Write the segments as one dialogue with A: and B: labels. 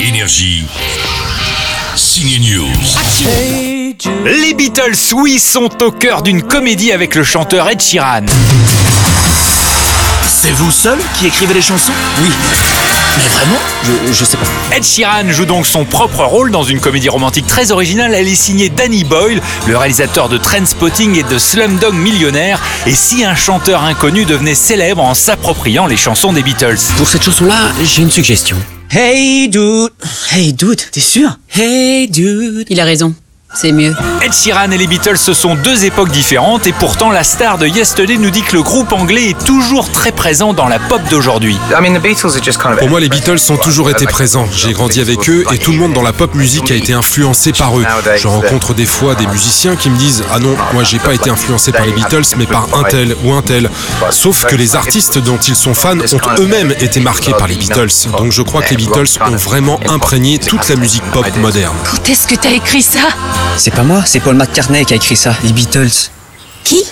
A: Énergie. Signe News.
B: Les Beatles, oui, sont au cœur d'une comédie avec le chanteur Ed Sheeran.
C: C'est vous seul qui écrivez les chansons Oui. Mais vraiment je, je sais pas.
B: Ed Sheeran joue donc son propre rôle dans une comédie romantique très originale. Elle est signée Danny Boyle, le réalisateur de Trainspotting et de Slumdog Millionnaire. Et si un chanteur inconnu devenait célèbre en s'appropriant les chansons des Beatles
C: Pour cette chanson-là, j'ai une suggestion.
D: Hey dude Hey dude, t'es sûr
C: Hey dude
E: Il a raison. C'est mieux.
B: Ed Sheeran et les Beatles, ce sont deux époques différentes et pourtant la star de Yesterday nous dit que le groupe anglais est toujours très présent dans la pop d'aujourd'hui.
F: Pour moi, les Beatles ont toujours été présents. J'ai grandi avec eux et tout le monde dans la pop musique a été influencé par eux. Je rencontre des fois des musiciens qui me disent Ah non, moi j'ai pas été influencé par les Beatles, mais par un tel ou un tel. Sauf que les artistes dont ils sont fans ont eux-mêmes été marqués par les Beatles. Donc je crois que les Beatles ont vraiment imprégné toute la musique pop moderne.
E: Quand est-ce que t'as écrit ça
D: C'est pas moi, c'est Paul McCartney qui a écrit ça, les Beatles.
E: Qui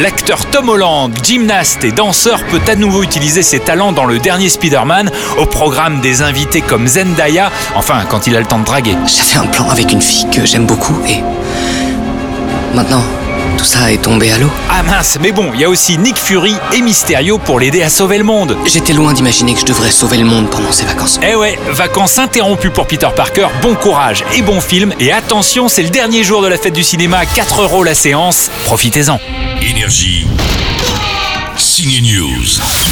B: L'acteur Tom Holland, gymnaste et danseur, peut à nouveau utiliser ses talents dans le dernier Spider-Man, au programme des invités comme Zendaya, enfin quand il a le temps de draguer.
G: J'avais un plan avec une fille que j'aime beaucoup et. Maintenant, tout ça est tombé à l'eau.
B: Ah mince, mais bon, il y a aussi Nick Fury et Mysterio pour l'aider à sauver le monde.
G: J'étais loin d'imaginer que je devrais sauver le monde pendant ces vacances.
B: Eh ouais, vacances interrompues pour Peter Parker, bon courage et bon film, et attention, c'est le dernier jour de la fête du cinéma, 4 euros la séance, profitez-en.
A: Énergie. Signe News.